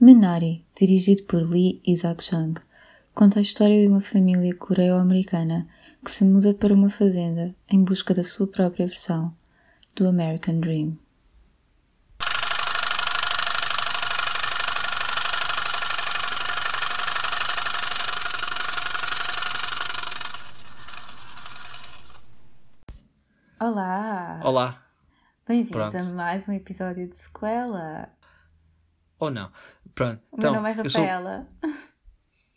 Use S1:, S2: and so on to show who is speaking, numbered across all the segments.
S1: Minari, dirigido por Lee Isaac Chung, conta a história de uma família coreo-americana que se muda para uma fazenda em busca da sua própria versão do American Dream. Olá!
S2: Olá.
S1: Bem-vindos a
S2: Pronto.
S1: mais um episódio de Sequela.
S2: Ou não. Pronto. então,
S1: O meu nome é
S2: eu sou-
S1: Rafaela.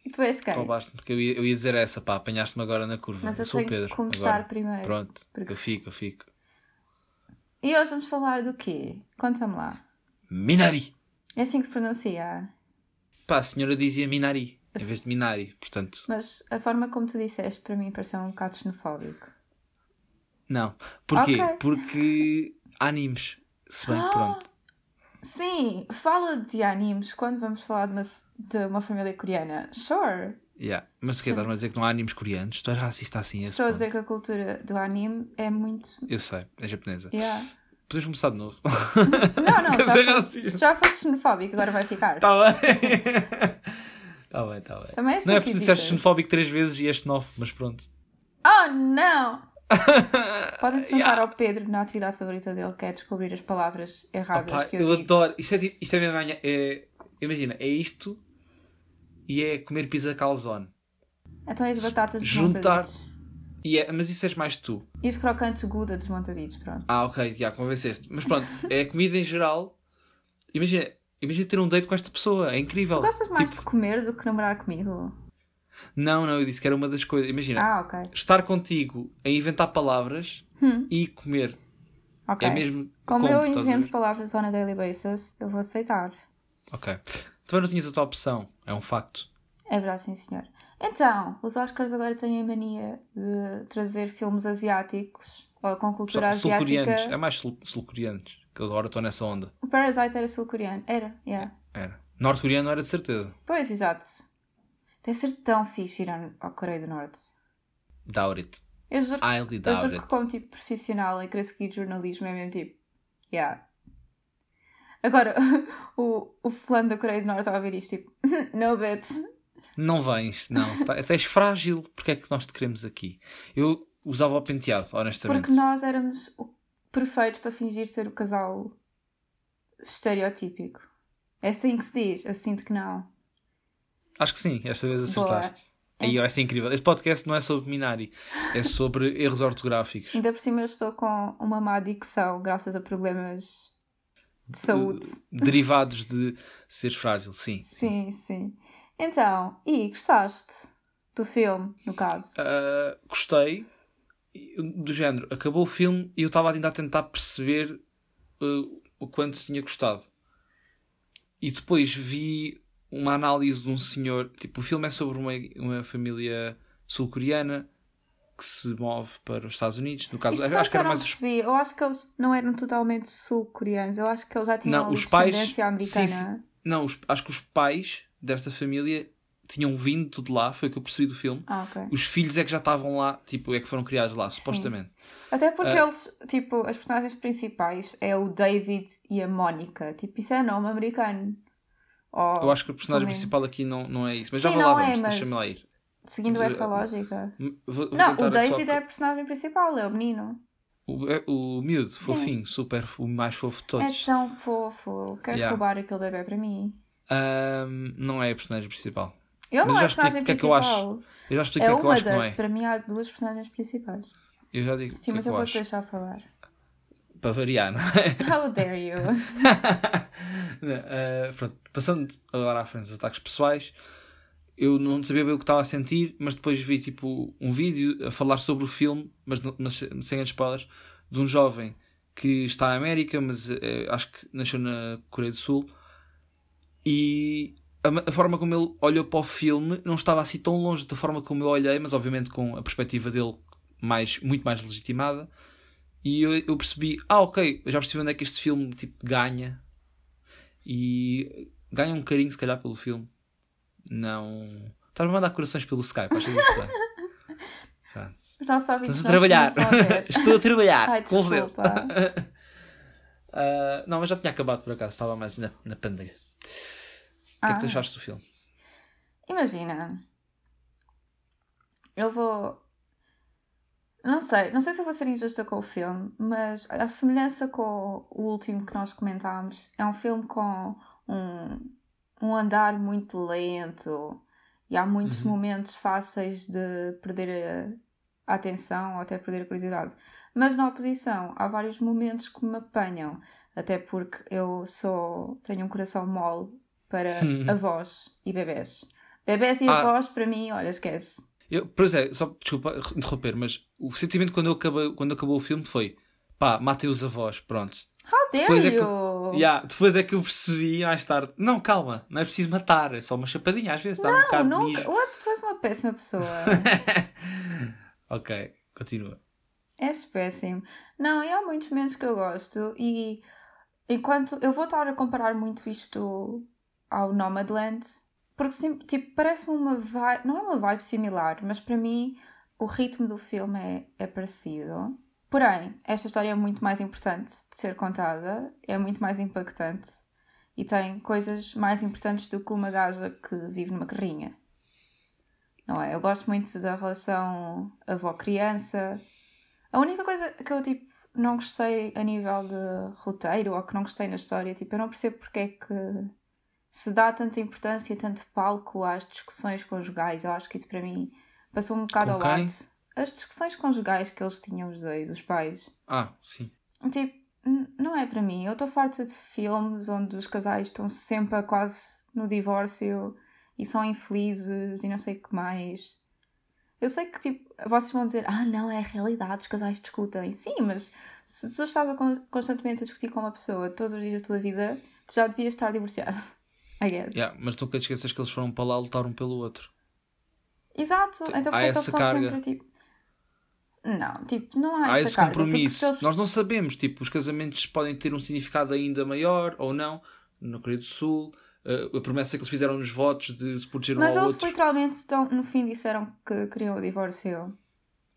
S1: E tu és quem?
S2: Roubaste-me, porque eu ia, eu ia dizer essa, pá. Apanhaste-me agora na curva.
S1: Mas eu
S2: eu sou o
S1: tenho
S2: Pedro.
S1: que começar
S2: agora.
S1: primeiro.
S2: Pronto.
S1: porque
S2: Eu
S1: se-
S2: fico, eu fico.
S1: E hoje vamos falar do quê? Conta-me lá.
S2: Minari!
S1: É assim que se pronuncia,
S2: Pá, a senhora dizia Minari
S1: Eu
S2: em vez de Minari. Portanto,
S1: mas a forma como tu disseste para mim pareceu um bocado xenofóbico.
S2: não. Porquê?
S1: Ok.
S2: Porque há animes. Se bem,
S1: Ah!
S2: pronto.
S1: Sim, fala de animes quando vamos falar de uma, de uma família coreana. Sure.
S2: Yeah. Mas o que
S1: Sim.
S2: estás-me a dizer que não há animes coreanos? Tu és racista assim. a esse
S1: Estou a
S2: ponto.
S1: dizer que a cultura do anime é muito.
S2: Eu sei, é japonesa.
S1: Yeah.
S2: Podemos começar de novo.
S1: Não, não,
S2: Que
S1: já
S2: seja
S1: foste,
S2: assim. Tá.
S1: já foste xenofóbico, agora vai ficar.
S2: Está bem. Está bem, está bem.
S1: Também és
S2: Não é
S1: tu que
S2: preciso ser
S1: editas.
S2: xenofóbico três vezes e este novo, mas pronto.
S1: Oh não! Podem se juntar
S2: Yeah.
S1: ao Pedro na atividade favorita dele, que é descobrir as palavras erradas
S2: Opa,
S1: que eu,
S2: eu
S1: digo.
S2: adoro. Isto é, tipo- isto é mesmo a minha- é- Imagina, é isto e é comer pizza calzone.
S1: Então e as batatas
S2: Juntar-
S1: desmontaditas.
S2: E é- mas isso és mais tu.
S1: E os crocantes Guda desmontaditos, pronto.
S2: Ah, ok, já convenceste. Mas pronto, é comida em geral. Imagina, imagina ter um date com esta pessoa, é incrível.
S1: Tu gostas mais
S2: Tipo,
S1: de comer do que namorar comigo?
S2: Não, não, eu disse que era uma das coisas. Imagina,
S1: Ah, ok.
S2: estar contigo a inventar palavras
S1: Hum.
S2: e comer.
S1: Ok.
S2: É mesmo.
S1: Como
S2: combo,
S1: eu
S2: estás a
S1: invento
S2: ver?
S1: palavras on a daily basis, eu vou aceitar.
S2: Ok. Também não tinhas outra opção, é um facto.
S1: É verdade, sim, senhor. Então, os Oscars agora têm a mania de trazer filmes asiáticos ou com cultura
S2: Só- Sul-coreanos, é
S1: asiática.
S2: mais sul- sul-coreanos, que eu agora estou nessa onda.
S1: O Parasite era sul-coreano. Era, yeah.
S2: Era. Norte-coreano era de certeza.
S1: Pois, exato. Deve ser tão fixe ir ao ao Coreia do Norte.
S2: Doubt it.
S1: Eu juro, que-
S2: Highly
S1: eu
S2: doubt
S1: juro
S2: it.
S1: que, como tipo profissional e querer seguir jornalismo, é mesmo tipo. Yeah. Agora, o, o fulano da Coreia do Norte a ouvir isto, tipo, no bitch.
S2: Não vens, não. Tá- Até és frágil, porque é que nós te queremos aqui? Eu usava o penteado, honestamente.
S1: Porque nós éramos o- perfeitos para fingir ser o casal estereotípico. É assim que se diz, eu sinto que não.
S2: Acho que sim, esta vez
S1: Boa. É
S2: acertaste. Aí vai ser incrível. Este podcast não é sobre Minari, é sobre erros ortográficos.
S1: Ainda por cima eu estou com uma má dicção, graças a problemas de saúde.
S2: eh, Derivados de seres frágil, sim.
S1: Sim, sim. Então, e gostaste do filme, no caso?
S2: Ah, gostei e- do género. Acabou o filme e eu estava ainda a tentar perceber ah, o quanto tinha gostado. E depois vi uma análise de um senhor. Tipo, o filme é sobre uma, uma família sul-coreana que se move para os Estados Unidos. No caso,
S1: Isso
S2: acho,
S1: foi
S2: que era
S1: eu não
S2: mais os.
S1: percebi. Eu acho que eles não eram totalmente sul-coreanos. Eu acho que eles já tinham
S2: Não, os pais.
S1: descendência
S2: sim,
S1: americana.
S2: sim. não, os- acho que os pais desta família tinham vindo de lá, foi o que eu percebi do filme.
S1: Ah, ok.
S2: Os filhos é que já estavam lá, tipo, é que foram criados lá, supostamente.
S1: Até porque
S2: Ah.
S1: eles, tipo, as personagens principais é o David e a Mónica. Tipo, isso é nome americano. Ou,
S2: Eu acho que o personagem
S1: também.
S2: principal aqui não, não é isso. Mas
S1: Sim,
S2: já vou
S1: não
S2: lá,
S1: é,
S2: vamos,
S1: mas-
S2: deixa-me lá ir.
S1: Seguindo essa
S2: eh,
S1: lógica.
S2: M- Vou, vou
S1: Não,
S2: tentar
S1: o
S2: só-
S1: David é a personagem principal, é o menino.
S2: O, é- o miúdo,
S1: Sim.
S2: fofinho, super, o mais fofo de
S1: É
S2: todos.
S1: tão fofo. Quero
S2: Yeah.
S1: roubar aquele bebê para mim.
S2: Ahm, não é a personagem principal.
S1: Ele
S2: Mas
S1: não
S2: eu
S1: é
S2: já
S1: a personagem
S2: explico porque é que eu acho-
S1: principal.
S2: Eu já expliquei
S1: É
S2: o que eu
S1: uma
S2: acho que não
S1: das.
S2: é.
S1: Para mim há duas personagens principais.
S2: Eu já digo o que
S1: Sim,
S2: é
S1: mas
S2: que
S1: eu
S2: eu
S1: vou te
S2: acho.
S1: deixar falar.
S2: Para variar, não é?
S1: How dare you?
S2: Não, ah, pronto, passando agora à frente dos ataques pessoais, eu não sabia bem o que estava a sentir, mas depois vi tipo um vídeo a falar sobre o filme, mas, não- mas sem grandes spoilers, de um jovem que está na América, mas eh, acho que nasceu na Coreia do Sul, e a, ma- a forma como ele olhou para o filme não estava assim tão longe da forma como eu olhei, mas obviamente com a perspectiva dele mais, muito mais legitimada. E eu, eu percebi, ah, ok, eu já percebi onde é que este filme tipo, ganha e ganha um carinho, se calhar, pelo filme. Não. Estás-me a mandar corações pelo Skype, achas isso bem?
S1: Os nossos ouvintes
S2: Estás a
S1: não- não
S2: trabalhar.
S1: estão a ver.
S2: Estou a trabalhar.
S1: Ai,
S2: com licença.
S1: desculpa.
S2: Ah, não, mas já tinha acabado por acaso, estava mais na, na pandemia. que é que
S1: Ah.
S2: tu achaste do filme?
S1: Imagina. Eu vou. Não sei, não sei se eu vou ser injusta com o filme, mas a semelhança com o último que nós comentámos, é um filme com um, um andar muito lento e há muitos
S2: Uhum.
S1: momentos fáceis de perder a, a atenção ou até perder a curiosidade. Mas na oposição, há vários momentos que me apanham, até porque eu sou tenho um coração mole para avós e bebés. Bebés e
S2: Ah.
S1: avós, assim, para mim, olha, esquece.
S2: Eu, pois é, só desculpa interromper, mas o sentimento quando, eu acabei, quando acabou o filme foi pá, matei os avós, pronto.
S1: How dare
S2: Depois é que-
S1: you!
S2: Yeah, depois é que eu percebi mais tarde. Não, calma, não é preciso matar, é só uma chapadinha, às vezes dá um
S1: Não,
S2: bocado de
S1: nunca.
S2: mijo.
S1: What? Tu és uma péssima pessoa.
S2: ok, continua.
S1: és péssimo. Não, e há muitos menos que eu gosto. E enquanto. Eu vou estar a comparar muito isto ao Nomadland, porque sim- tipo, parece-me uma vibe. Não é uma vibe similar, mas para mim o ritmo do filme é, é parecido. Porém, esta história é muito mais importante de ser contada, é muito mais impactante e tem coisas mais importantes do que uma gaja que vive numa carrinha. Não é? Eu gosto muito da relação avó-criança. A única coisa que eu tipo não gostei a nível de roteiro ou que não gostei na história, tipo, eu não percebo porque é que se dá tanta importância, tanto palco às discussões conjugais. Eu acho que isso para mim passou um bocado
S2: Com
S1: ao
S2: quem?
S1: lado. As discussões conjugais que eles tinham os dois, os pais.
S2: Ah, sim.
S1: Tipo, n- não é para mim. Eu estou farta de filmes onde os casais estão sempre a quase no divórcio e são infelizes e não sei o que mais. Eu sei que, tipo, vocês vão dizer, ah, não, é a realidade, os casais discutem. Sim, mas se tu estás a con- constantemente a discutir com uma pessoa todos os dias da tua vida, tu já devias estar divorciado. I guess.
S2: Yeah, mas nunca te esqueças que eles foram para lá lutar um pelo outro.
S1: Exato, então
S2: Tipo, Há
S1: porque é que eles
S2: essa
S1: estão
S2: carga.
S1: sempre, tipo... Não, tipo, não há,
S2: Há
S1: essa
S2: esse
S1: carga, porque
S2: compromisso. um
S1: se eles-
S2: Nós não sabemos, tipo, os casamentos podem ter um significado ainda maior ou não. No Coreia do Sul, eh, a promessa que eles fizeram nos votos de se proteger um
S1: Mas
S2: ao
S1: eles
S2: outro.
S1: literalmente estão, no fim disseram que queriam o divórcio.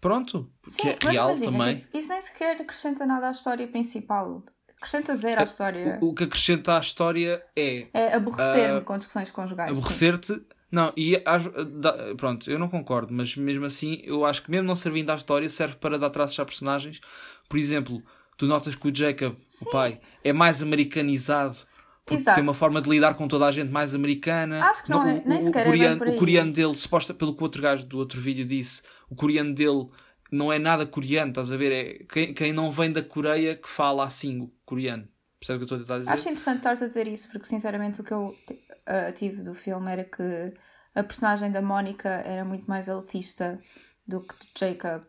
S2: Pronto, que é
S1: mas
S2: real
S1: imagina,
S2: também.
S1: tipo, Isso nem sequer acrescenta nada à história principal. Acrescenta zero à história.
S2: É, O, o que acrescenta à história é
S1: É aborrecer-me
S2: Ah,
S1: com discussões conjugais. sim.
S2: aborrecer-te. Não, e às- dá- pronto, eu não concordo, mas mesmo assim eu acho que mesmo não servindo à história serve para dar traços a personagens. Por exemplo, tu notas que o Jacob, o pai, é mais americanizado porque
S1: Exato.
S2: tem uma forma de lidar com toda a gente mais americana.
S1: Acho que não é-
S2: o,
S1: nem
S2: o-
S1: sequer é
S2: o
S1: bem
S2: coreano,
S1: por aí.
S2: o coreano dele, suposta pelo que o outro gajo do outro vídeo disse, o coreano dele não é nada coreano, estás a ver? É quem, quem não vem da Coreia que fala assim o coreano. Percebe o que eu estou a tentar dizer?
S1: Acho interessante estares a dizer isso, porque sinceramente o que eu ti- ah, tive do filme era que a personagem da Mónica era muito mais elitista do que do Jacob.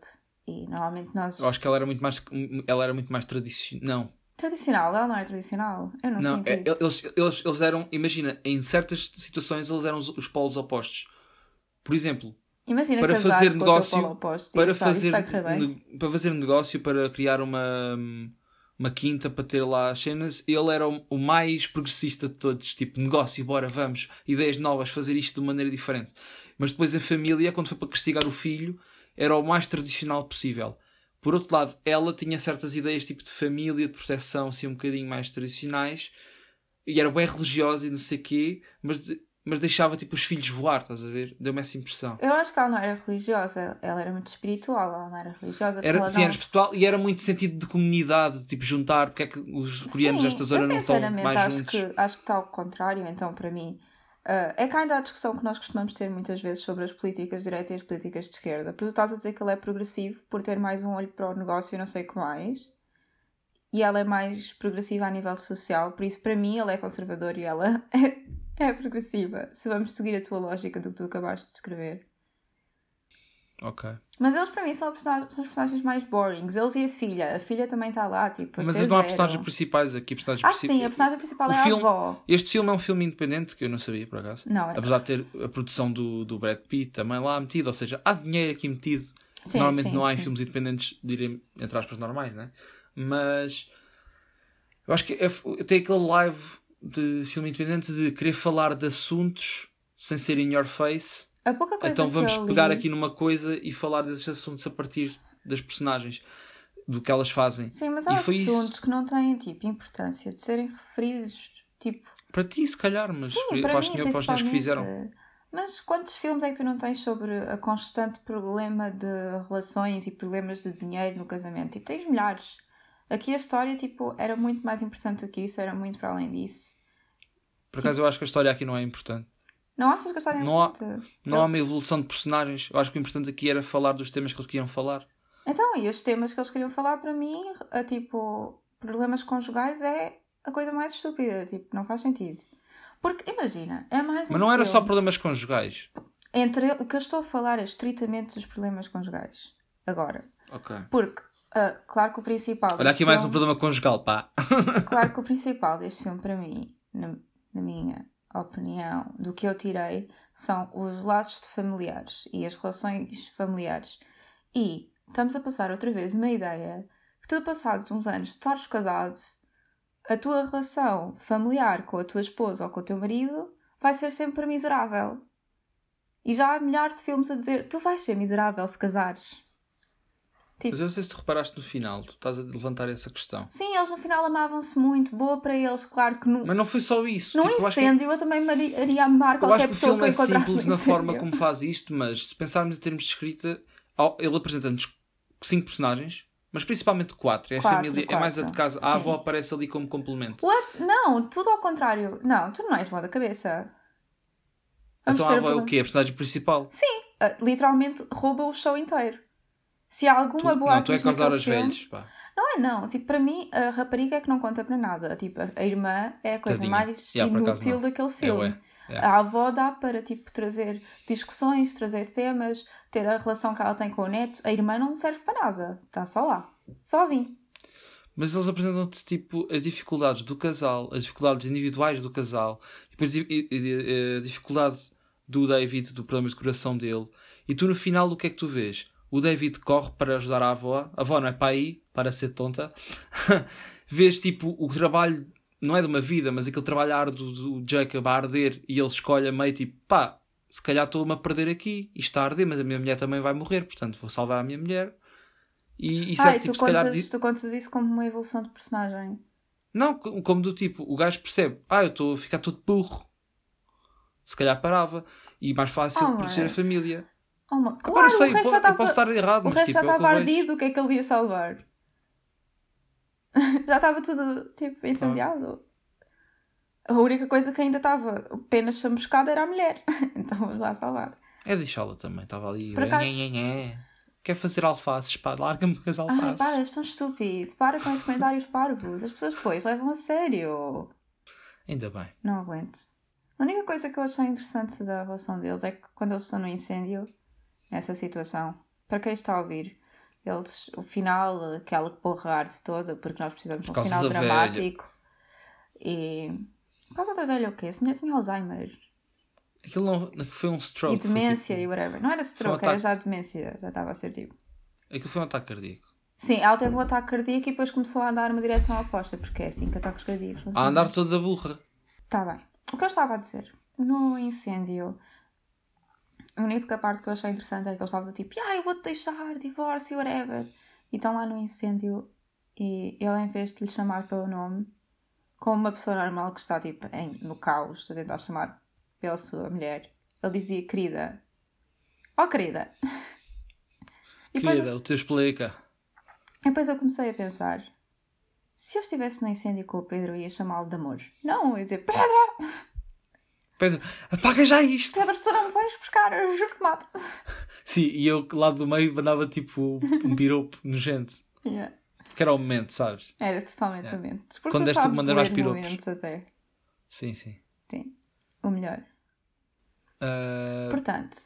S1: E normalmente nós.
S2: Eu acho que ela era muito mais, ela era muito mais tradicional. Não,
S1: Tradicional, ela não é tradicional. Eu não,
S2: não
S1: sinto
S2: é-
S1: isso.
S2: eles, eles, eles eram, imagina, em certas situações eles eram os, os polos opostos. Por exemplo,
S1: Imagina
S2: para
S1: casares
S2: fazer
S1: com o teu
S2: negócio-
S1: polo oposto,
S2: para
S1: diz, "Sabe, isto
S2: fazer,
S1: vai correr bem."
S2: ne- para fazer negócio, para criar uma, uma quinta, para ter lá as cenas, ele era o, o mais progressista de todos. Tipo, negócio, bora, vamos, ideias novas, fazer isto de uma maneira diferente. Mas depois a família, quando foi para castigar o filho, era o mais tradicional possível. Por outro lado, ela tinha certas ideias tipo de família, de proteção, assim um bocadinho mais tradicionais, e era bem religiosa e não sei quê, mas, de- mas deixava tipo os filhos voar, estás a ver? Deu-me essa impressão.
S1: Eu acho que ela não era religiosa, ela era muito espiritual, ela não era religiosa. porque
S2: Era,
S1: ela
S2: sim,
S1: não...
S2: era espiritual e era muito sentido de comunidade, tipo juntar, porque é que os coreanos
S1: Sim,
S2: nestas horas
S1: eu
S2: não estão
S1: sinceramente
S2: mais
S1: acho
S2: juntos.
S1: que, acho que está ao contrário, então, para mim. Ah, é que ainda há a discussão que nós costumamos ter muitas vezes sobre as políticas de direita e as políticas de esquerda. Porque tu estás a dizer que ele é progressivo por ter mais um olho para o negócio e não sei o que mais. E ela é mais progressiva a nível social, por isso, para mim, ele é conservador e ela é, é progressiva. Se vamos seguir a tua lógica do que tu acabaste de descrever.
S2: Ok.
S1: Mas eles para mim são, a personagem- são os personagens mais borings. Eles e a filha. A filha também está lá, tipo, a
S2: Mas
S1: ser
S2: não há
S1: zero.
S2: personagens principais aqui. Personagens
S1: Ah,
S2: principais.
S1: sim, a personagem principal
S2: O
S1: é a
S2: filme-
S1: avó.
S2: Este filme é um filme independente, que eu não sabia por acaso.
S1: Não, é...
S2: Apesar de ter a produção do, do Brad Pitt também lá metida, ou seja, há dinheiro aqui metido.
S1: sim,
S2: Normalmente
S1: sim,
S2: não há em
S1: sim.
S2: filmes independentes, direi, entre aspas, normais, né? Mas eu acho que é, f- tem aquele live de filme independente de querer falar de assuntos sem ser in your face.
S1: A pouca coisa
S2: Então
S1: que
S2: vamos
S1: eu li-
S2: pegar aqui numa coisa e falar desses assuntos a partir das personagens, do que elas fazem.
S1: Sim, mas
S2: E
S1: há
S2: foi isso.
S1: assuntos que não têm, tipo, importância de serem referidos, tipo...
S2: Para ti, se calhar, mas para, para, é os senhores- para os senhores que fizeram.
S1: principalmente. Mas quantos filmes é que tu não tens sobre a constante problema de relações e problemas de dinheiro no casamento? Tipo, tens milhares. Aqui a história, tipo, era muito mais importante do que isso, era muito para além disso.
S2: Por acaso, eu acho que a história aqui não é importante.
S1: Não achas que a história é
S2: Não há-
S1: importante?
S2: Não
S1: Eu-
S2: há uma evolução de personagens. Eu acho que o importante aqui era falar dos temas que eles queriam falar.
S1: Então, e os temas que eles queriam falar para mim, a, tipo, problemas conjugais é a coisa mais estúpida, tipo, não faz sentido. Porque, imagina, é mais um
S2: Mas não era só
S1: filme-
S2: problemas conjugais.
S1: Entre o que eu estou a falar é estritamente dos problemas conjugais. Agora.
S2: Ok.
S1: Porque, ah, claro que o principal.
S2: Olha
S1: deste
S2: aqui mais um
S1: filme-
S2: problema conjugal, pá.
S1: Claro que o principal deste filme, para mim, na, na minha opinião, do que eu tirei, são os laços de familiares e as relações familiares. E estamos a passar outra vez uma ideia que tu, passados uns anos de estares casado, a tua relação familiar com a tua esposa ou com o teu marido vai ser sempre miserável. E já há milhares de filmes a dizer: tu vais ser miserável se casares.
S2: Mas eu não sei se tu reparaste no final, tu estás a levantar essa questão.
S1: Sim, eles no final amavam-se muito, boa para eles, claro que não.
S2: Mas não foi só isso.
S1: Num
S2: Tipo, eu acho que-
S1: incêndio, eu também mari- iria amar
S2: Eu
S1: qualquer
S2: acho que o
S1: pessoa que
S2: filme
S1: eu
S2: é
S1: encontrasse
S2: simples
S1: no
S2: na forma
S1: incêndio.
S2: como faz isto, mas se pensarmos em termos de escrita, ao- ele apresenta-nos cinco personagens, mas principalmente quatro. É a
S1: Quatro,
S2: família, é mais a de
S1: quatro,
S2: casa. A avó
S1: sim.
S2: aparece ali como complemento.
S1: What? Não, tudo ao contrário. Não, tu não és boa da cabeça. Vamos
S2: então a
S1: ter
S2: avó é o
S1: problema.
S2: quê? A personagem principal?
S1: Ah, literalmente rouba o show inteiro. Se há alguma
S2: tu,
S1: boa
S2: não, tu é
S1: atriz
S2: que
S1: naquele
S2: adoras
S1: filme-
S2: velhos, pá.
S1: Não é não. Tipo, para mim, a rapariga é que não conta para nada. Tipo, a- a irmã é a coisa
S2: Tadinha.
S1: mais
S2: Yeah, por acaso
S1: inútil
S2: não.
S1: daquele filme.
S2: ué. É.
S1: A avó dá para, tipo, trazer discussões, trazer temas, ter a relação que ela tem com o neto. A irmã não serve para nada. Está só lá. Só vim.
S2: Mas eles apresentam-te tipo as dificuldades do casal, as dificuldades individuais do casal, e depois di- e- e- e- a dificuldade do David, do problema de coração dele. E tu no final o que é que tu vês? O David corre para ajudar a avó, a avó não é para aí, para ser tonta. vês tipo o trabalho, não é de uma vida, mas aquele trabalho árduo do Jacob a arder e ele escolhe a meio tipo pá, se calhar estou-me a perder aqui, isto está a arder, mas a minha mulher também vai morrer, portanto vou salvar a minha mulher. E isso
S1: ah,
S2: é
S1: e
S2: que, tipo,
S1: tu,
S2: se calhar,
S1: contas,
S2: di-
S1: tu contas isso como uma evolução de personagem.
S2: não, co- como do tipo, o gajo percebe, ah, eu estou a ficar todo burro. Se calhar parava. E mais fácil
S1: Oh, mano.
S2: proteger a família.
S1: Oh, ma-
S2: Pá,
S1: Claro,
S2: não sei,
S1: o resto
S2: po-
S1: já
S2: eu
S1: estava...
S2: posso estar errado,
S1: O
S2: mas
S1: resto
S2: tipo,
S1: já
S2: é o que eu
S1: estava
S2: vejo.
S1: ardido, o que é que ele ia salvar? já estava tudo, tipo, incendiado. A única coisa que ainda estava apenas chamuscada era a mulher. então vamos lá salvar.
S2: É deixá-la também, estava ali.
S1: Por
S2: "Nhé,
S1: acaso- Ah,
S2: nhé, nhé. Quer fazer alfaces, pá, larga-me com as
S1: Ai,
S2: alfaces.
S1: para, és tão estúpido. Para com os comentários parvos. As pessoas, pois, levam a sério.
S2: Ainda bem.
S1: Não aguento. A única coisa que eu achei interessante da relação deles é que quando eles estão no incêndio, nessa situação, para quem está a ouvir, eles, o final, aquela porra arte toda, porque nós precisamos de um
S2: Por causa
S1: final
S2: da
S1: dramático. E. Por causa da velha, o quê? Esse mulher tinha Alzheimer
S2: Aquilo não, foi um stroke.
S1: e
S2: foi
S1: demência
S2: tipo-
S1: e whatever. Não era stroke,
S2: ataque.
S1: era já demência, já estava a ser tipo.
S2: Aquilo foi um ataque cardíaco.
S1: Sim, ela teve um ataque cardíaco e depois começou a andar numa direção oposta, porque é assim que ataques cardíacos
S2: A
S1: funcionam.
S2: andar toda burra.
S1: Tá bem. O que eu estava a dizer? No incêndio, a única parte que eu achei interessante é que eles estavam tipo, ah, eu vou-te deixar, divórcio, whatever. E estão lá no incêndio e ele, em vez de lhe chamar pelo nome, como uma pessoa normal que está tipo em- no caos, a tentar chamar pela sua mulher, ele dizia querida. Oh, querida! E depois,
S2: Querida, o teu explica.
S1: e depois eu comecei a pensar: se eu estivesse no incêndio com o Pedro, eu ia chamá-lo de amor. Não, eu ia dizer Pedro!
S2: Pedro, apaga já isto!
S1: Pedro, se tu não me vais buscar, eu juro que te mato.
S2: Sim, e eu lá do meio mandava tipo um piropo nojento. Que era o momento, sabes?
S1: Era totalmente
S2: Yeah.
S1: o momento. Porque
S2: Quando
S1: tu
S2: és tu,
S1: sabes
S2: mandar
S1: ler
S2: mais piropos.
S1: momentos até.
S2: Sim, sim.
S1: Sim. O melhor.
S2: Ah,
S1: Portanto,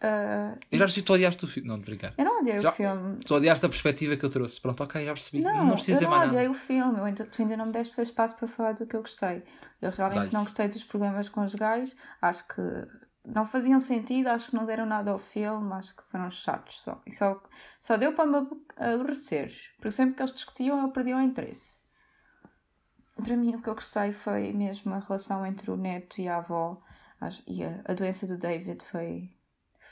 S1: ah,
S2: Eu já percebi que tu odiaste o filme. Não, de brincar.
S1: eu não odiei
S2: Já-
S1: o filme.
S2: Tu odiaste a perspectiva que eu trouxe. Pronto, ok, já percebi.
S1: Não,
S2: Tipo, Não, não
S1: eu
S2: precisas dizer
S1: não
S2: mais
S1: odiei
S2: nada.
S1: o filme. Eu ainda, tu ainda não me deste espaço para falar do que eu gostei. Eu realmente
S2: Dá-lhe.
S1: não gostei dos problemas conjugais. Acho que não faziam sentido. Acho que não deram nada ao filme. Acho que foram chatos só. E só, só deu para me abu- aborrecer. Porque sempre que eles discutiam, eu perdi o interesse. Para mim, o que eu gostei foi mesmo a relação entre o neto e a avó. Acho- E a, a doença do David foi,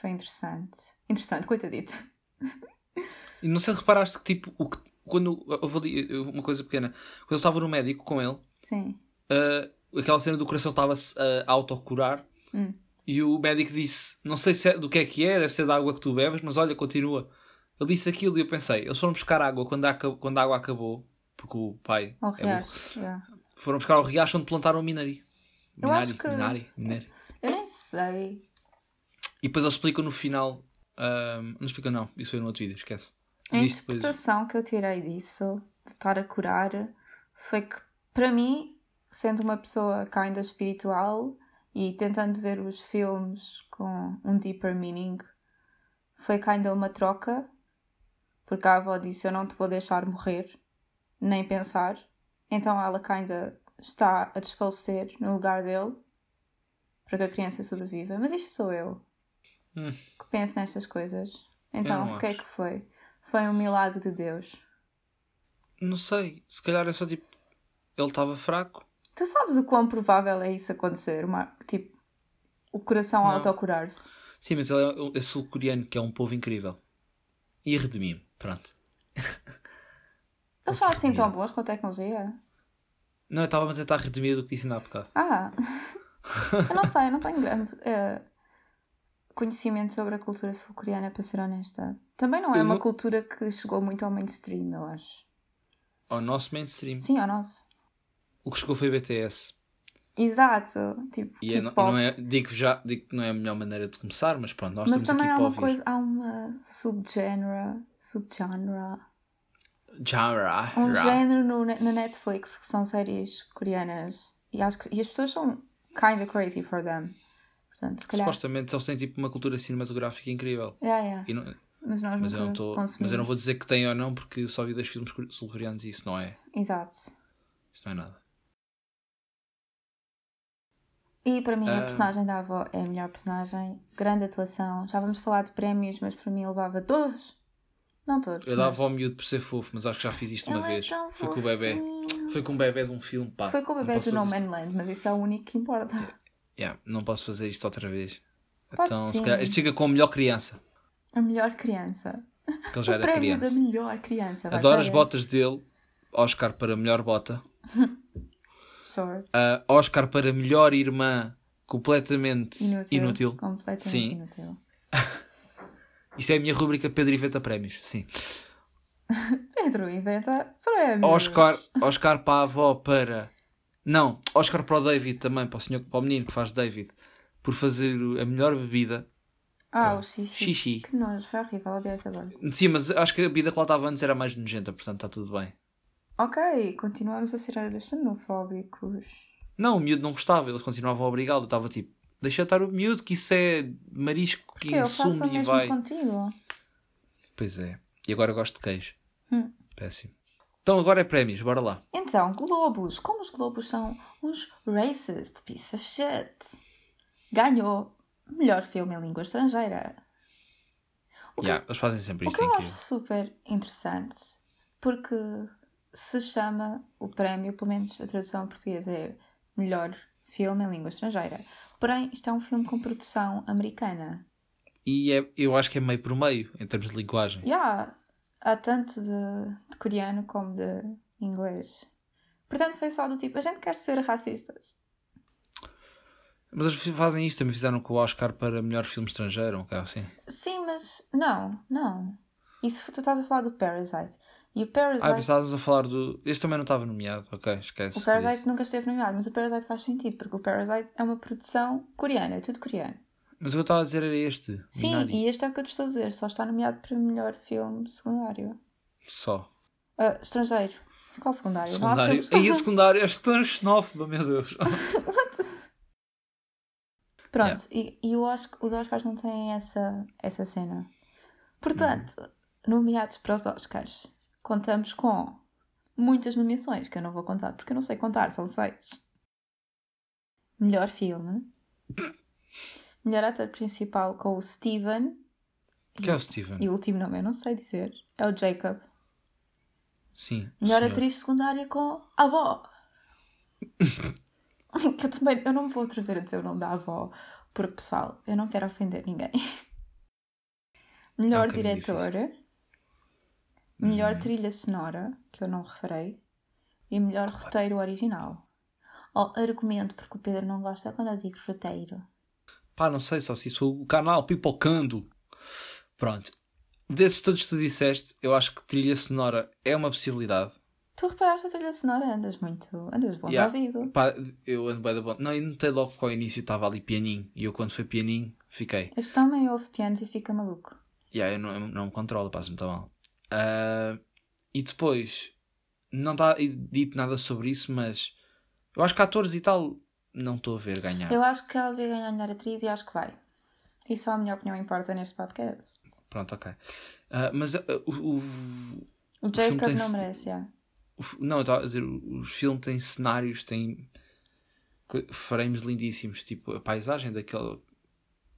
S1: foi interessante. Interessante, coitadito.
S2: E não sei se reparaste que, tipo, o que, quando houve ali eh, uma coisa pequena, quando eu estava no médico com ele,
S1: Sim.
S2: ah, aquela cena do coração estava-se a autocurar
S1: Hum.
S2: e o médico disse: Não sei se é- do que é que é, deve ser da água que tu bebes, mas olha, continua. Ele disse aquilo e eu pensei: Eles foram buscar água quando a, aca- quando a água acabou, porque o pai
S1: Ao
S2: é burro.
S1: riacho. yeah.
S2: Foram buscar ao riacho onde plantaram o minari.
S1: Eu
S2: Minari,
S1: acho que-
S2: minari, minari.
S1: Eu nem sei.
S2: E depois eles explicam no final. ahm, não explicam, não. Isso foi no outro vídeo, esquece.
S1: A
S2: Diz depois-
S1: É interpretação que eu tirei disso, de estar a curar, foi que, para mim, sendo uma pessoa ainda é espiritual e tentando ver os filmes com um deeper meaning, foi ainda uma troca, porque a avó disse: Eu não te vou deixar morrer, nem pensar. Então ela ainda está a desfalecer no lugar dele para que a criança sobreviva. Mas isto sou eu
S2: Hum.
S1: que penso nestas coisas. Então,
S2: não
S1: o que é
S2: acho.
S1: que foi? Foi um milagre de Deus.
S2: Não sei. Se calhar é só tipo. Ele estava fraco.
S1: Tu sabes o quão provável é isso acontecer? Uma, tipo, o coração
S2: Não.
S1: autocurar-se.
S2: Sim, mas ele é- é sul-coreano, que é um povo incrível. E redimi-me. Pronto.
S1: Eles são assim tão bons com a tecnologia?
S2: Não, eu estava a tentar redimir do que disse ainda há bocado.
S1: Ah! eu não sei, eu não tenho grande eh, conhecimento sobre a cultura sul-coreana, para ser honesta. Também não é
S2: Eu
S1: uma
S2: vou-
S1: cultura que chegou muito ao mainstream, eu acho.
S2: Ao nosso mainstream.
S1: Sim, ao nosso.
S2: O que chegou foi BTS.
S1: Exato. Tipo,
S2: E é, não,
S1: K-pop.
S2: não é, digo já digo que não é a melhor maneira de começar, mas pronto, nós
S1: Mas
S2: estamos
S1: também
S2: aqui
S1: há
S2: para
S1: uma
S2: ouvir.
S1: coisa, há uma subgenre, subgenre,
S2: Genre.
S1: um
S2: ra.
S1: género no, ne- na Netflix que são séries coreanas e, acho que- e as pessoas são kinda crazy for them. Portanto, se calhar.
S2: Supostamente eles têm tipo uma cultura cinematográfica incrível.
S1: Yeah, yeah.
S2: E não-
S1: Mas nós
S2: mas,
S1: nunca
S2: eu não tô- mas
S1: consumimos.
S2: eu não vou dizer que tem ou não, porque eu só vi dois filmes core- sul-coreanos e isso não é.
S1: Exato.
S2: Isso não é nada.
S1: E para mim a
S2: Ah.
S1: personagem da avó é a melhor personagem, grande atuação. Já vamos falar de prémios, mas para mim eu levava todos. Não todos.
S2: Eu
S1: mas-
S2: dava ao miúdo por ser fofo, mas acho que já fiz isto uma
S1: Ela é
S2: vez.
S1: tão
S2: Foi com o bebê.
S1: fofinha.
S2: Foi com o bebê de um filme, pá.
S1: Foi com o
S2: Não
S1: bebê
S2: posso
S1: do No
S2: fazer isto-
S1: Man Land, mas isso é o único que importa.
S2: Yeah, não posso fazer isto outra vez.
S1: Podes
S2: então,
S1: sim.
S2: se calhar, este chega com a melhor criança.
S1: A melhor criança.
S2: Que ele já
S1: o
S2: era
S1: prémio
S2: criança.
S1: da melhor criança. vai
S2: Adoro
S1: para
S2: as
S1: ele.
S2: botas dele. Oscar para melhor bota.
S1: Sure.
S2: Ah, Oscar para melhor irmã completamente
S1: Inútil.
S2: inútil.
S1: Completamente
S2: Sim.
S1: inútil.
S2: Isto é a minha rubrica Pedro Iveta Prémios. Sim.
S1: Pedro inventa prémios.
S2: Oscar, Oscar para a avó para. Não, Oscar para o David também, para o, senhor, para o menino que faz David, por fazer o- a melhor bebida.
S1: Ah, o xixi.
S2: Xixi.
S1: Que nojo, foi horrível, odiei essa agora.
S2: Sim, mas acho que a bebida que lá estava antes era mais nojenta, portanto está tudo bem.
S1: Ok, continuamos a ser xenofóbicos.
S2: Não, o miúdo não gostava, eles continuavam a obrigá-lo. Eu estava tipo, deixa estar o miúdo, que isso é marisco que
S1: Que eu faço o
S2: insume e
S1: mesmo
S2: vai.
S1: contigo.
S2: Pois é. E agora eu gosto de queijo.
S1: Hum.
S2: Péssimo. Então agora é prémios, bora lá.
S1: Então, globos. Como os globos são uns racist piece of shit. Ganhou melhor filme em língua estrangeira. O que
S2: Yeah, eles fazem sempre
S1: O
S2: isto,
S1: que
S2: é
S1: eu acho
S2: incrível.
S1: super interessante, porque se chama o prémio, pelo menos a tradução portuguesa é melhor filme em língua estrangeira. Porém, isto é um filme com produção americana.
S2: E é, eu acho que é meio por meio, em termos de linguagem.
S1: E há- há tanto de, de coreano como de inglês. Portanto, foi só do tipo, a gente quer ser racistas.
S2: Mas eles fazem isto, também fizeram com o Oscar para melhor filme estrangeiro, um carro assim.
S1: Sim, mas não, não. Isso foi- tu estás a falar do Parasite. E o Parasite.
S2: Ah, estávamos a falar do. Este também não estava nomeado, ok, esquece.
S1: O é Parasite nunca esteve nomeado, mas o Parasite faz sentido, porque o Parasite é uma produção coreana, é tudo coreano.
S2: Mas o que eu estava a dizer era este.
S1: Sim,
S2: Minari.
S1: e este é o que eu te estou a dizer, só está nomeado para melhor filme secundário.
S2: Só.
S1: Ah, estrangeiro. Qual secundário? Não há
S2: Secundário.
S1: filmes-
S2: Aí a secundária é tão xenófoba, meu Deus.
S1: Pronto, e, e eu acho que os Oscars não têm essa, essa cena. Portanto, nomeados para os Oscars, contamos com muitas nomeações, que eu não vou contar, porque eu não sei contar, são seis. Melhor filme. Melhor ator principal com o Steven.
S2: que é o Steven?
S1: E o último nome eu não sei dizer. É o Jacob.
S2: Sim. o
S1: Melhor
S2: senhor.
S1: atriz secundária com a avó. que eu também eu não me vou atrever a dizer o nome da avó, porque pessoal, eu não quero ofender ninguém. Melhor
S2: É um bocadinho Uhum.
S1: diretor, melhor trilha sonora, que eu não referei, e melhor roteiro original. Ou argumento, porque o Pedro não gosta quando eu digo roteiro.
S2: Pá, não sei, só se isso foi o canal pipocando. Pronto. Desses todos que tu disseste, eu acho que trilha sonora é uma possibilidade.
S1: Tu reparaste a trilha sonora? Andas muito. Andas bom
S2: Yeah.
S1: de ouvido.
S2: Pá, eu ando bem da bom. Não, eu notei logo que ao início estava ali pianinho. E eu, quando foi pianinho, fiquei.
S1: Este também ouve pianos e fica maluco.
S2: Yeah, eu não, eu não me controlo, passo-me tão mal. Ah, e depois, não está dito nada sobre isso, mas eu acho que atores e tal, não estou a ver ganhar.
S1: Eu acho que ela devia ganhar a melhor atriz e acho que vai. E só a minha opinião importa neste podcast.
S2: Pronto, ok. Ah, mas ah, o, o-
S1: O
S2: filme
S1: Jacob
S2: tem
S1: não
S2: se-
S1: merece, é. yeah.
S2: o f- Não, eu estava a dizer, o- os filmes têm cenários, têm co- frames lindíssimos, tipo a paisagem daquele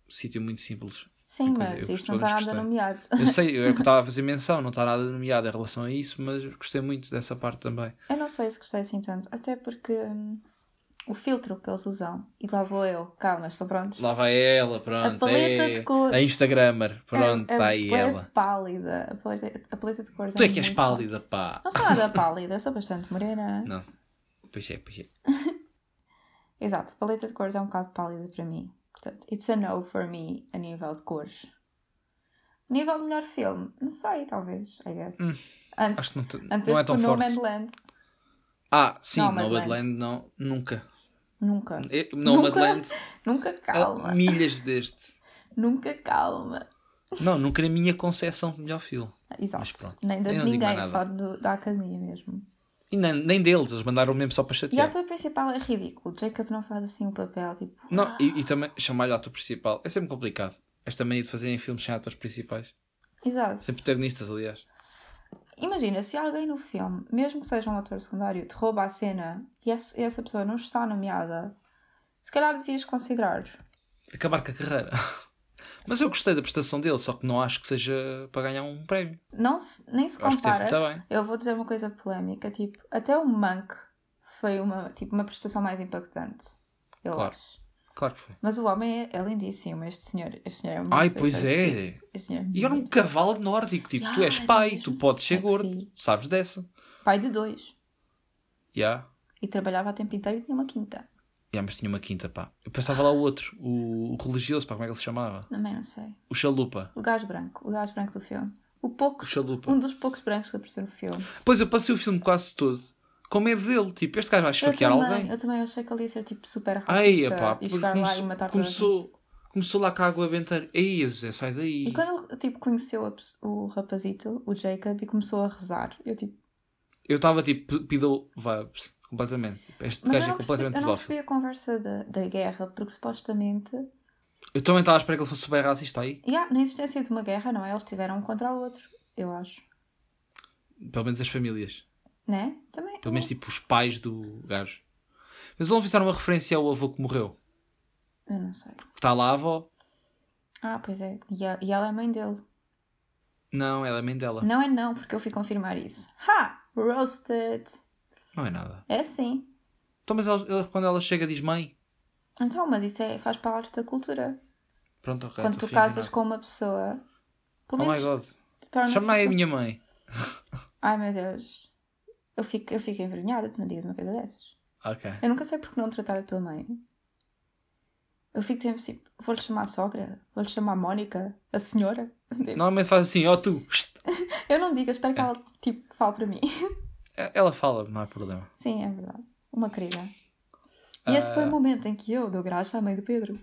S2: sítio é muito simples.
S1: Sim,
S2: Tem coisa-
S1: mas
S2: eu
S1: isso não
S2: gostei,
S1: está nada
S2: gostei.
S1: nomeado.
S2: Eu sei, eu é que estava a fazer menção, não está nada nomeado em relação a isso, mas gostei muito dessa parte também.
S1: Eu não sei se gostei assim tanto, até porque hum, o filtro que eles usam, e lá vou eu, calma, estão prontos?
S2: Lá vai ela, pronto.
S1: A paleta
S2: é,
S1: de cores.
S2: A Instagrammer, pronto,
S1: É- é
S2: está aí
S1: bué
S2: ela.
S1: pálida, a paleta, a paleta de cores.
S2: Tu é que és
S1: muito
S2: pálida, pá.
S1: Não sou nada pálida, eu sou bastante morena.
S2: Não. Pois é, pois é.
S1: Exato, a paleta de cores é um bocado pálida para mim. Portanto, it's a no for me a nível de cores. A nível de melhor filme, não sei, talvez, I guess.
S2: Hum, Acho
S1: antes
S2: que não, te-
S1: antes
S2: não é
S1: do
S2: tão
S1: No
S2: forte.
S1: Man's Land,
S2: Ah, sim,
S1: Nomadland.
S2: Nomadland, não, nunca.
S1: nunca,
S2: É, Nomadland,
S1: nunca
S2: a
S1: calma,
S2: milhas deste.
S1: nunca calma.
S2: Não, nunca na minha concepção de melhor filme. Mas
S1: Exato.
S2: pronto,
S1: Nem de
S2: eu não digo
S1: ninguém,
S2: mais nada.
S1: só do- da academia mesmo.
S2: E nem, nem deles, eles mandaram mesmo só para
S1: E o
S2: chatear.
S1: ator principal é ridículo. Jacob não faz assim o papel, tipo.
S2: Não, e, e também chamar-lhe ator principal é sempre complicado. Esta mania de fazerem filmes sem atores principais.
S1: Exato.
S2: Sem protagonistas, aliás.
S1: Imagina, se alguém no filme, mesmo que seja um ator secundário, te rouba a cena e esse- essa pessoa não está nomeada, se calhar devias considerar.
S2: Acabar com a carreira. Mas eu gostei da prestação dele, só que não acho que seja para ganhar um prémio.
S1: Não se- nem se
S2: Eu acho que teve
S1: compara.
S2: muito bem.
S1: Eu vou dizer uma coisa polémica, tipo, até o Monk foi uma, tipo, uma prestação mais impactante. Eu
S2: Claro.
S1: acho.
S2: Claro que foi.
S1: Mas o homem é, é lindíssimo, este senhor. Este senhor é muito
S2: Ai,
S1: bem
S2: pois é.
S1: parecido. Este senhor é
S2: E era um
S1: muito
S2: cavalo nórdico, tipo, tu
S1: Ya,
S2: és
S1: era
S2: pai,
S1: mesmo
S2: tu podes ser
S1: sexy.
S2: gordo, sabes dessa.
S1: Pai de dois.
S2: Ya,
S1: E trabalhava a tempo inteiro e tinha uma quinta.
S2: Ya, mas tinha uma quinta, pá. Eu pensava lá o outro, o, o religioso, pá, como é que ele se chamava?
S1: Também não sei.
S2: O chalupa.
S1: O gajo branco. O gajo branco do filme. O
S2: O
S1: pouco.
S2: chalupa.
S1: Um dos poucos brancos que apareceu no filme.
S2: Pois eu passei o filme quase todo com medo dele. Tipo, este gajo vai esfaquear
S1: eu, também,
S2: alguém.
S1: eu também achei que ele ia ser tipo super
S2: Ai,
S1: racista
S2: epá,
S1: e
S2: porque
S1: chegar lá e
S2: começou,
S1: matar toda a gente.
S2: começou, começou lá com a água benteira. Ei, Zé, sai daí.
S1: E quando ele tipo, conheceu a pes- o rapazito, o Jacob, e começou a rezar, eu tipo.
S2: Eu estava tipo, pido vibes, completamente. Este
S1: Mas eu não,
S2: gajo é
S1: percebi, eu
S2: completamente
S1: não
S2: pedófilo.
S1: percebi a conversa da, da guerra, porque supostamente.
S2: Eu, também estava à espera que ele fosse super racista aí.
S1: E há, na existência de uma guerra, não é? Eles tiveram um contra o outro, eu acho.
S2: Pelo menos as famílias.
S1: Né? Também.
S2: Pelo menos tipo os pais do gajo. Mas eles não fizeram uma referência ao avô que morreu.
S1: Eu não sei.
S2: Que está lá a avó.
S1: Ah, pois é. E a- e ela é mãe dele.
S2: Não, ela é a mãe dela.
S1: Não é não, porque eu fui confirmar isso. Ha! Roasted!
S2: Não é nada.
S1: É sim.
S2: Então, mas ela- ela- quando ela chega diz mãe.
S1: Então, mas isso é, faz parte da cultura.
S2: Pronto, ok.
S1: Quando
S2: estou
S1: tu casas
S2: enganado.
S1: com uma pessoa, pelo
S2: é? Oh my
S1: menos
S2: god.
S1: torna-se.
S2: Chama aí a
S1: tu-
S2: minha mãe.
S1: Ai meu Deus. Eu fico, eu fico envergonhada, tu me digas uma coisa dessas.
S2: Ok.
S1: Eu nunca sei porque não tratar a tua mãe. Eu fico sempre assim, vou-lhe chamar a sogra, vou-lhe chamar a Mónica, a senhora. Tipo,
S2: Normalmente faz assim, ó tu.
S1: Eu não digo, eu espero que
S2: É.
S1: ela tipo, fale para mim.
S2: Ela fala, não há problema.
S1: Sim, é verdade. Uma querida. E este
S2: Ah.
S1: foi o momento em que eu dou graça à mãe do Pedro.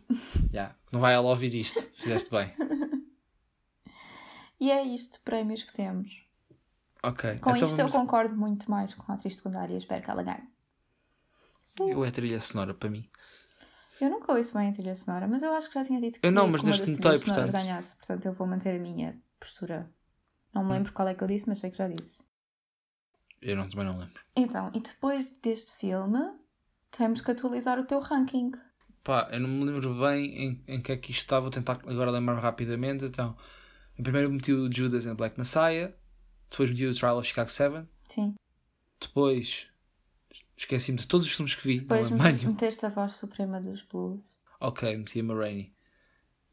S2: Já, Não vai ela ouvir isto. Fizeste bem.
S1: E é isto, prémios que temos.
S2: Ok.
S1: Com
S2: então
S1: isto
S2: vamos-
S1: eu concordo muito mais com a atriz secundária e espero que ela ganhe.
S2: Eu é trilha sonora para mim.
S1: Eu nunca ouço bem a trilha sonora, mas eu acho que já tinha dito que
S2: Eu não,
S1: queria
S2: mas
S1: que uma
S2: desde
S1: das
S2: que notei,
S1: trilhas sonoras
S2: portanto.
S1: ganhasse, portanto eu vou manter a minha postura. Não
S2: Hum.
S1: me lembro qual é que eu disse, mas sei que já disse.
S2: Eu não, também não lembro.
S1: Então, e depois deste filme, temos que atualizar o teu ranking.
S2: Pá, eu não me lembro bem em, em que é que isto estava. Vou tentar agora lembrar-me rapidamente. Então, eu primeiro meti o Judas and Black Messiah. Depois meti o Trial of Chicago 7.
S1: Sim.
S2: Depois esqueci-me de todos os filmes que vi.
S1: Depois
S2: não lembro
S1: me-
S2: nenhum.
S1: meteste a voz suprema dos blues.
S2: Ok, meti a Marraine.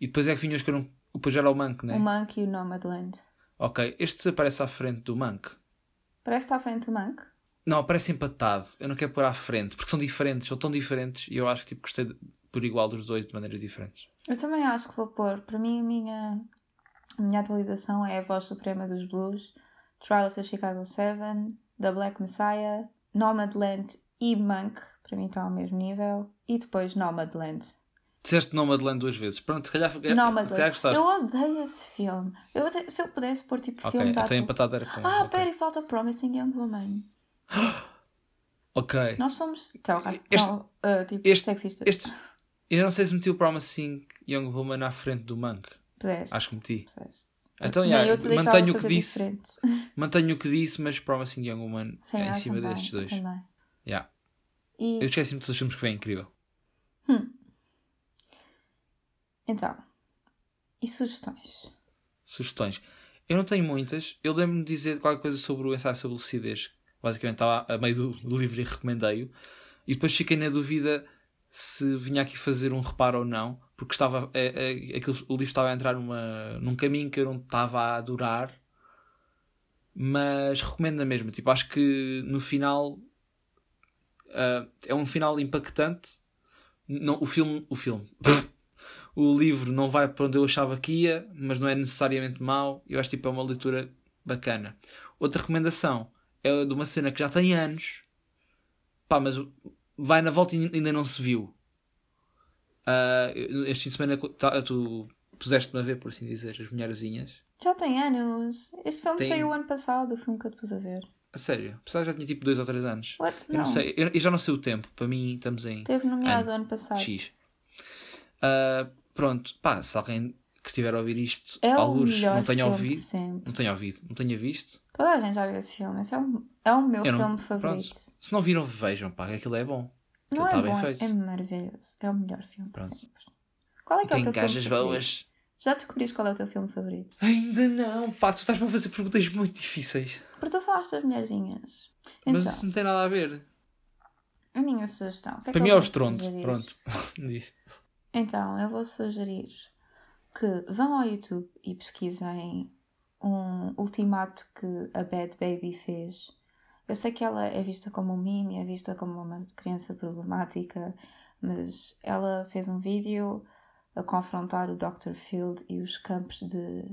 S2: E depois é que vinha os que eu não. Depois era o Monk, né?
S1: O Monk e o Nomadland.
S2: Ok, este aparece à frente do Monk.
S1: Parece que está à frente do Monk.
S2: Não, parece empatado. Eu não quero pôr à frente, porque são diferentes, são tão diferentes e eu acho que tipo, gostei de- por igual dos dois de maneiras diferentes.
S1: Eu também acho que vou pôr. Para mim, a minha, a minha atualização é a voz suprema dos blues, Trial of the Chicago 7, The Black Messiah, Nomadland e Monk. Para mim está ao mesmo nível. E depois Nomadland.
S2: Disseste Nomadland duas vezes. Pronto, se calhar, se calhar
S1: Nomadland.
S2: É, gostaste.
S1: Eu odeio esse filme. Eu até- se eu pudesse pôr tipo
S2: Ok,
S1: filmes à
S2: então
S1: toa-
S2: empatado era com
S1: Ah,
S2: ok.
S1: pera, e falta Promising Young Woman.
S2: Ok.
S1: Nós somos tão, ra-
S2: Este-
S1: tão ah, tipo,
S2: este-
S1: sexistas.
S2: Este... Eu não sei se meti o Promising Young Woman à frente do Monk.
S1: Pudeste.
S2: Acho que meti.
S1: Pudeste.
S2: Então,
S1: Bem,
S2: yeah,
S1: eu te deixava
S2: mantenho o que
S1: fazer
S2: disse.
S1: diferente.
S2: Mantenho o que disse, mas Promising Young Woman
S1: Sim,
S2: é em
S1: eu
S2: cima
S1: também,
S2: destes
S1: eu
S2: dois.
S1: também.
S2: Yeah.
S1: E,
S2: Eu esqueci-me dos filmes que vem, incrível.
S1: então, e sugestões?
S2: Sugestões. Eu não tenho muitas. Eu lembro-me de dizer qualquer coisa sobre o ensaio sobre lucidez. Basicamente estava a meio do, do livro e recomendei-o. E depois fiquei na dúvida se vinha aqui fazer um reparo ou não, porque estava, é, é, aquilo- o livro estava a entrar numa, num caminho que eu não estava a adorar, mas recomendo na mesma. Tipo, acho que no final ah, é um final impactante. Não, o filme, o filme, o livro não vai para onde eu achava que ia, mas não é necessariamente mau. Eu acho tipo, é uma leitura bacana. Outra recomendação é de uma cena que já tem anos, pá, mas vai na volta e ainda não se viu. Ah, este fim de semana tá- tu puseste-me a ver, por assim dizer, as mulherzinhas.
S1: Já tem anos. Este filme
S2: Tem.
S1: saiu ano passado, o filme que eu te pus a ver.
S2: A sério, apesar de já tinha tipo dois ou três anos.
S1: What?
S2: Eu não, sei, eu, eu já não sei o tempo. Para mim, estamos em
S1: Teve nomeado ano passado.
S2: X. Ah, pronto, pá, se alguém que estiver a ouvir isto,
S1: É o
S2: alguns
S1: melhor
S2: não tenha
S1: filme
S2: ouvido,
S1: de sempre.
S2: não tenha ouvido, não tenha visto.
S1: Toda a gente já viu esse filme. Esse é o, é o meu
S2: Eu não-
S1: filme
S2: pronto.
S1: favorito.
S2: Se não viram, vejam, pá, que aquilo é bom. Aquilo
S1: Não é bom,
S2: tá bem feito.
S1: é maravilhoso. É o melhor filme
S2: Pronto.
S1: de sempre. Qual é que é o
S2: Tem
S1: teu filme
S2: gajas
S1: favorito?
S2: boas.
S1: Já descobriste qual é o teu filme favorito?
S2: Ainda não, pá, tu estás-me a fazer perguntas muito difíceis.
S1: Porque tu falaste das mulherzinhas.
S2: mas
S1: Então,
S2: isso não tem nada a ver.
S1: a minha sugestão. o que é
S2: Para
S1: que
S2: mim
S1: eu
S2: é o
S1: vou
S2: estrondo.
S1: sugerir?
S2: Pronto, diz.
S1: Então, eu vou sugerir que vão ao YouTube e pesquisem um ultimato que a Bad Baby fez. Eu sei que ela é vista como um meme, é vista como uma criança problemática, mas ela fez um vídeo a confrontar o Dr. Field e os campos de.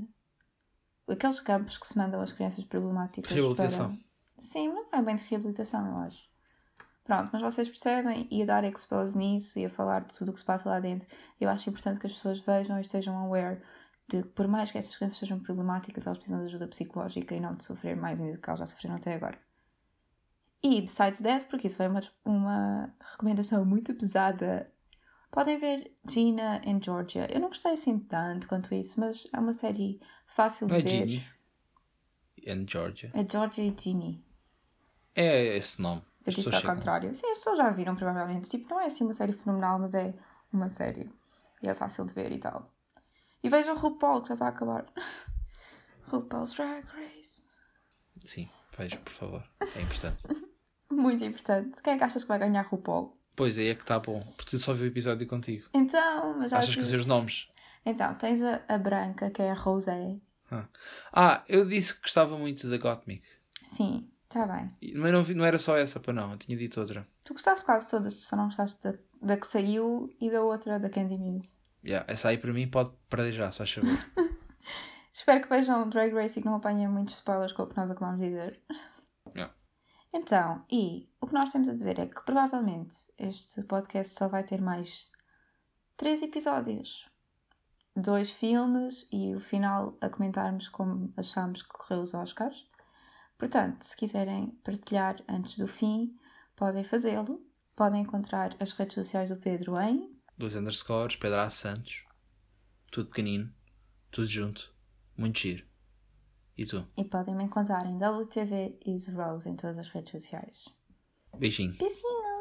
S1: aqueles campos que se mandam às crianças problemáticas.
S2: Reabilitação.
S1: Para... Sim, não é bem de reabilitação, eu acho. Pronto, mas vocês percebem e a dar expose nisso e a falar de tudo o que se passa lá dentro. Eu acho importante que as pessoas vejam e estejam aware de que, por mais que estas crianças sejam problemáticas, elas precisam de ajuda psicológica e não de sofrer mais ainda do que elas já sofreram até agora. E, besides that, porque isso foi uma, uma recomendação muito pesada, podem ver Gina and Georgia. Eu não gostei assim tanto quanto isso, mas é uma série fácil
S2: Não
S1: de
S2: é
S1: ver.
S2: Ginny. And Georgia.
S1: É Georgia e Ginny.
S2: É esse nome.
S1: Eu
S2: As
S1: disse
S2: pessoas
S1: ao
S2: chegam.
S1: contrário. Sim, as pessoas já viram, provavelmente. Tipo, não é assim uma série fenomenal, mas é uma série. E é fácil de ver e tal. E vejam RuPaul, que já está a acabar. RuPaul's Drag Race.
S2: Sim, veja, por favor. É importante.
S1: Muito importante. Quem é que achas que vai ganhar RuPaul?
S2: pois aí é que está bom. Porque tu só vi o episódio contigo.
S1: Então, mas já
S2: Achas que eu
S1: te-
S2: sei os nomes?
S1: Então, tens a, a branca, que é a Rosé.
S2: Ah, eu disse que gostava muito da Gottmik.
S1: Sim, está bem.
S2: E- Mas não, vi- não era só essa, para não. Eu tinha dito outra.
S1: Tu gostaste quase todas, só não gostaste da, da que saiu e da outra, da Candy Muse.
S2: Yeah, essa aí para mim pode perder já, só favor.
S1: Espero que vejam Drag Race e que não apanhem muitos spoilers com o que nós acabamos de dizer.
S2: Yeah.
S1: Então, e o que nós temos a dizer é que provavelmente este podcast só vai ter mais três episódios. Dois filmes e o final a comentarmos como achamos que correu os Oscars. Portanto, se quiserem partilhar antes do fim, podem fazê-lo. Podem encontrar as redes sociais do Pedro em
S2: Dois underscores, Pedro A. Santos. Tudo pequenino. Tudo junto. Muito giro. E tu?
S1: e podem me encontrar em WTV is Rose em todas as redes sociais.
S2: Beijinho.
S1: Beijinhos!